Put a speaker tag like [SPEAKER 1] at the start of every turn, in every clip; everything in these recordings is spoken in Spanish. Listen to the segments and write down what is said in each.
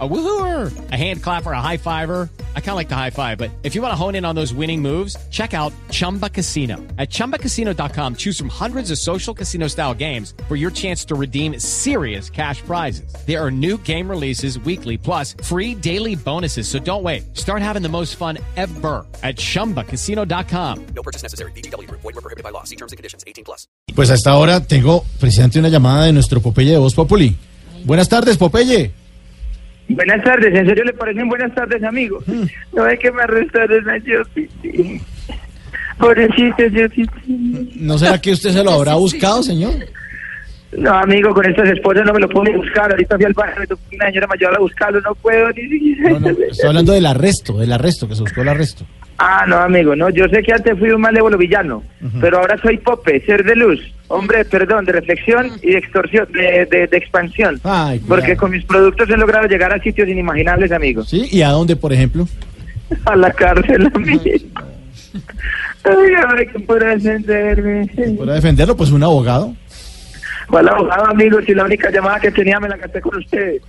[SPEAKER 1] A woohooer, a hand clapper, a high fiver. I kind of like the high five, but if you want to hone in on those winning moves, check out Chumba Casino. At chumbacasino.com, choose from hundreds of social casino style games for your chance to redeem serious cash prizes. There are new game releases weekly, plus free daily bonuses. So don't wait. Start having the most fun ever at chumbacasino.com.
[SPEAKER 2] No purchase necessary. BGW. Void were prohibited by law. See terms and conditions. 18 plus.
[SPEAKER 3] Pues hasta ahora tengo precisamente una llamada de nuestro Popeye de Voz Populi. Buenas tardes, Popeye.
[SPEAKER 4] Buenas tardes, ¿en serio le parecen buenas tardes, amigo?
[SPEAKER 3] Mm.
[SPEAKER 4] No hay que me arrestaron a Jositi. Pobrecito Jositi.
[SPEAKER 3] ¿No será que usted se lo habrá buscado, señor?
[SPEAKER 4] No, amigo, con estas esposas no me lo puedo ni buscar. Ahorita fui al barrio, me tocó una señora mayor a buscarlo, no puedo ni siquiera.
[SPEAKER 3] No, pues. no, estoy hablando del arresto, del arresto, que se buscó el arresto.
[SPEAKER 4] Ah, no, amigo, no. Yo sé que antes fui un malévolo villano, pero ahora soy Pope, ser de luz, hombre, perdón, de reflexión y de extorsión, de, de- de expansión.
[SPEAKER 3] Ay, cuidado.
[SPEAKER 4] Porque con mis productos he logrado llegar a sitios inimaginables, amigo.
[SPEAKER 3] ¿Sí? ¿Y a dónde, por ejemplo?
[SPEAKER 4] A la cárcel, amigo. Ay, ahora que puedo defenderme.
[SPEAKER 3] Para defenderlo, pues un abogado.
[SPEAKER 4] ¿Cuál abogado, amigo? Si la única llamada que tenía me la gasté con ustedes.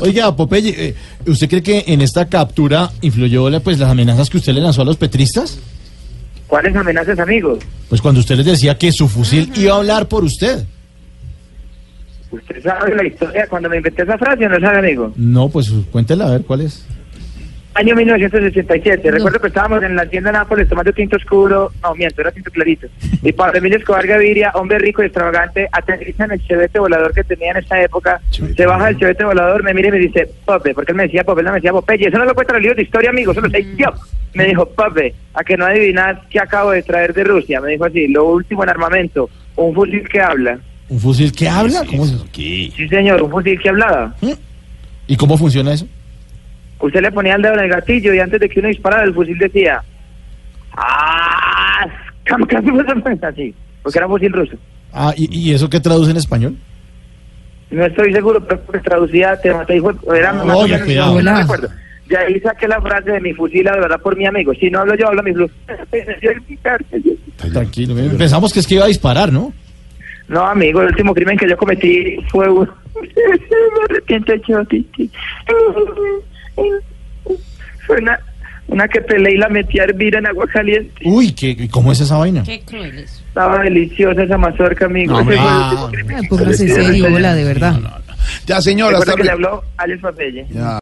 [SPEAKER 3] Oiga, Popeye, eh, ¿usted cree que en esta captura influyó la- pues, las amenazas que usted le lanzó a los petristas?
[SPEAKER 4] ¿Cuáles amenazas, amigo?
[SPEAKER 3] Pues cuando usted les decía que su fusil iba a hablar por usted.
[SPEAKER 4] Usted sabe la historia cuando me inventé esa frase, ¿o ¿no sabe, amigo?
[SPEAKER 3] No, pues cuéntela a ver cuál es.
[SPEAKER 4] Año 1987. Recuerdo que estábamos en la tienda de Nápoles tomando tinto oscuro. No, miento, era tinto clarito. Y Pablo Emilio Escobar Gaviria, hombre rico y extravagante, aterriza en el chevete volador que tenía en esa época.
[SPEAKER 3] Chevette.
[SPEAKER 4] Se baja del chevete volador, me mira y me dice, Pope, porque él me decía Pope, él no me decía Popeye. Eso no lo cuenta los libros de historia, amigo, solo sé yo. Me dijo, Pope, a que no adivinas qué acabo de traer de Rusia. Me dijo así, lo último en armamento, un fusil que habla.
[SPEAKER 3] ¿Un fusil que habla? ¿Cómo se-
[SPEAKER 4] Sí, señor, un fusil que hablaba.
[SPEAKER 3] ¿Y cómo funciona eso?
[SPEAKER 4] Usted le ponía el dedo en el gatillo y antes de que uno disparara, el fusil decía. ¡Ah! cam, cam, cam, cam", Así, porque era un fusil ruso.
[SPEAKER 3] Ah, ¿y, y eso qué traduce en español?
[SPEAKER 4] No estoy seguro, pero porque traducía te maté, hijo. de- Era más o
[SPEAKER 3] Oye,
[SPEAKER 4] menos-
[SPEAKER 3] cuidado.
[SPEAKER 4] no recuerdo. De ahí saqué la frase de mi fusil, la verdad, por mi amigo. Si no hablo yo, hablo mi fusil.
[SPEAKER 3] Tranquilo, bien, pensamos que es que iba a disparar, ¿no?
[SPEAKER 4] No, amigo, el último crimen que yo cometí fue. un- Me arrepiento, yo, Titi. Fue una, una que peleé y la metí a hervir en agua caliente.
[SPEAKER 3] Uy, ¿qué, ¿cómo es esa vaina?
[SPEAKER 5] Qué cruel es.
[SPEAKER 4] Estaba deliciosa esa mazorca, amigo.
[SPEAKER 3] hombre.
[SPEAKER 4] Ese fue el
[SPEAKER 3] Ah,
[SPEAKER 6] pues,
[SPEAKER 4] último crimen.
[SPEAKER 6] Póngase serio, hola, de verdad.
[SPEAKER 7] Ya, señora,
[SPEAKER 4] Recuerda
[SPEAKER 7] hasta
[SPEAKER 4] que le
[SPEAKER 7] luego.
[SPEAKER 4] habló Alex Papelle.
[SPEAKER 7] Ya.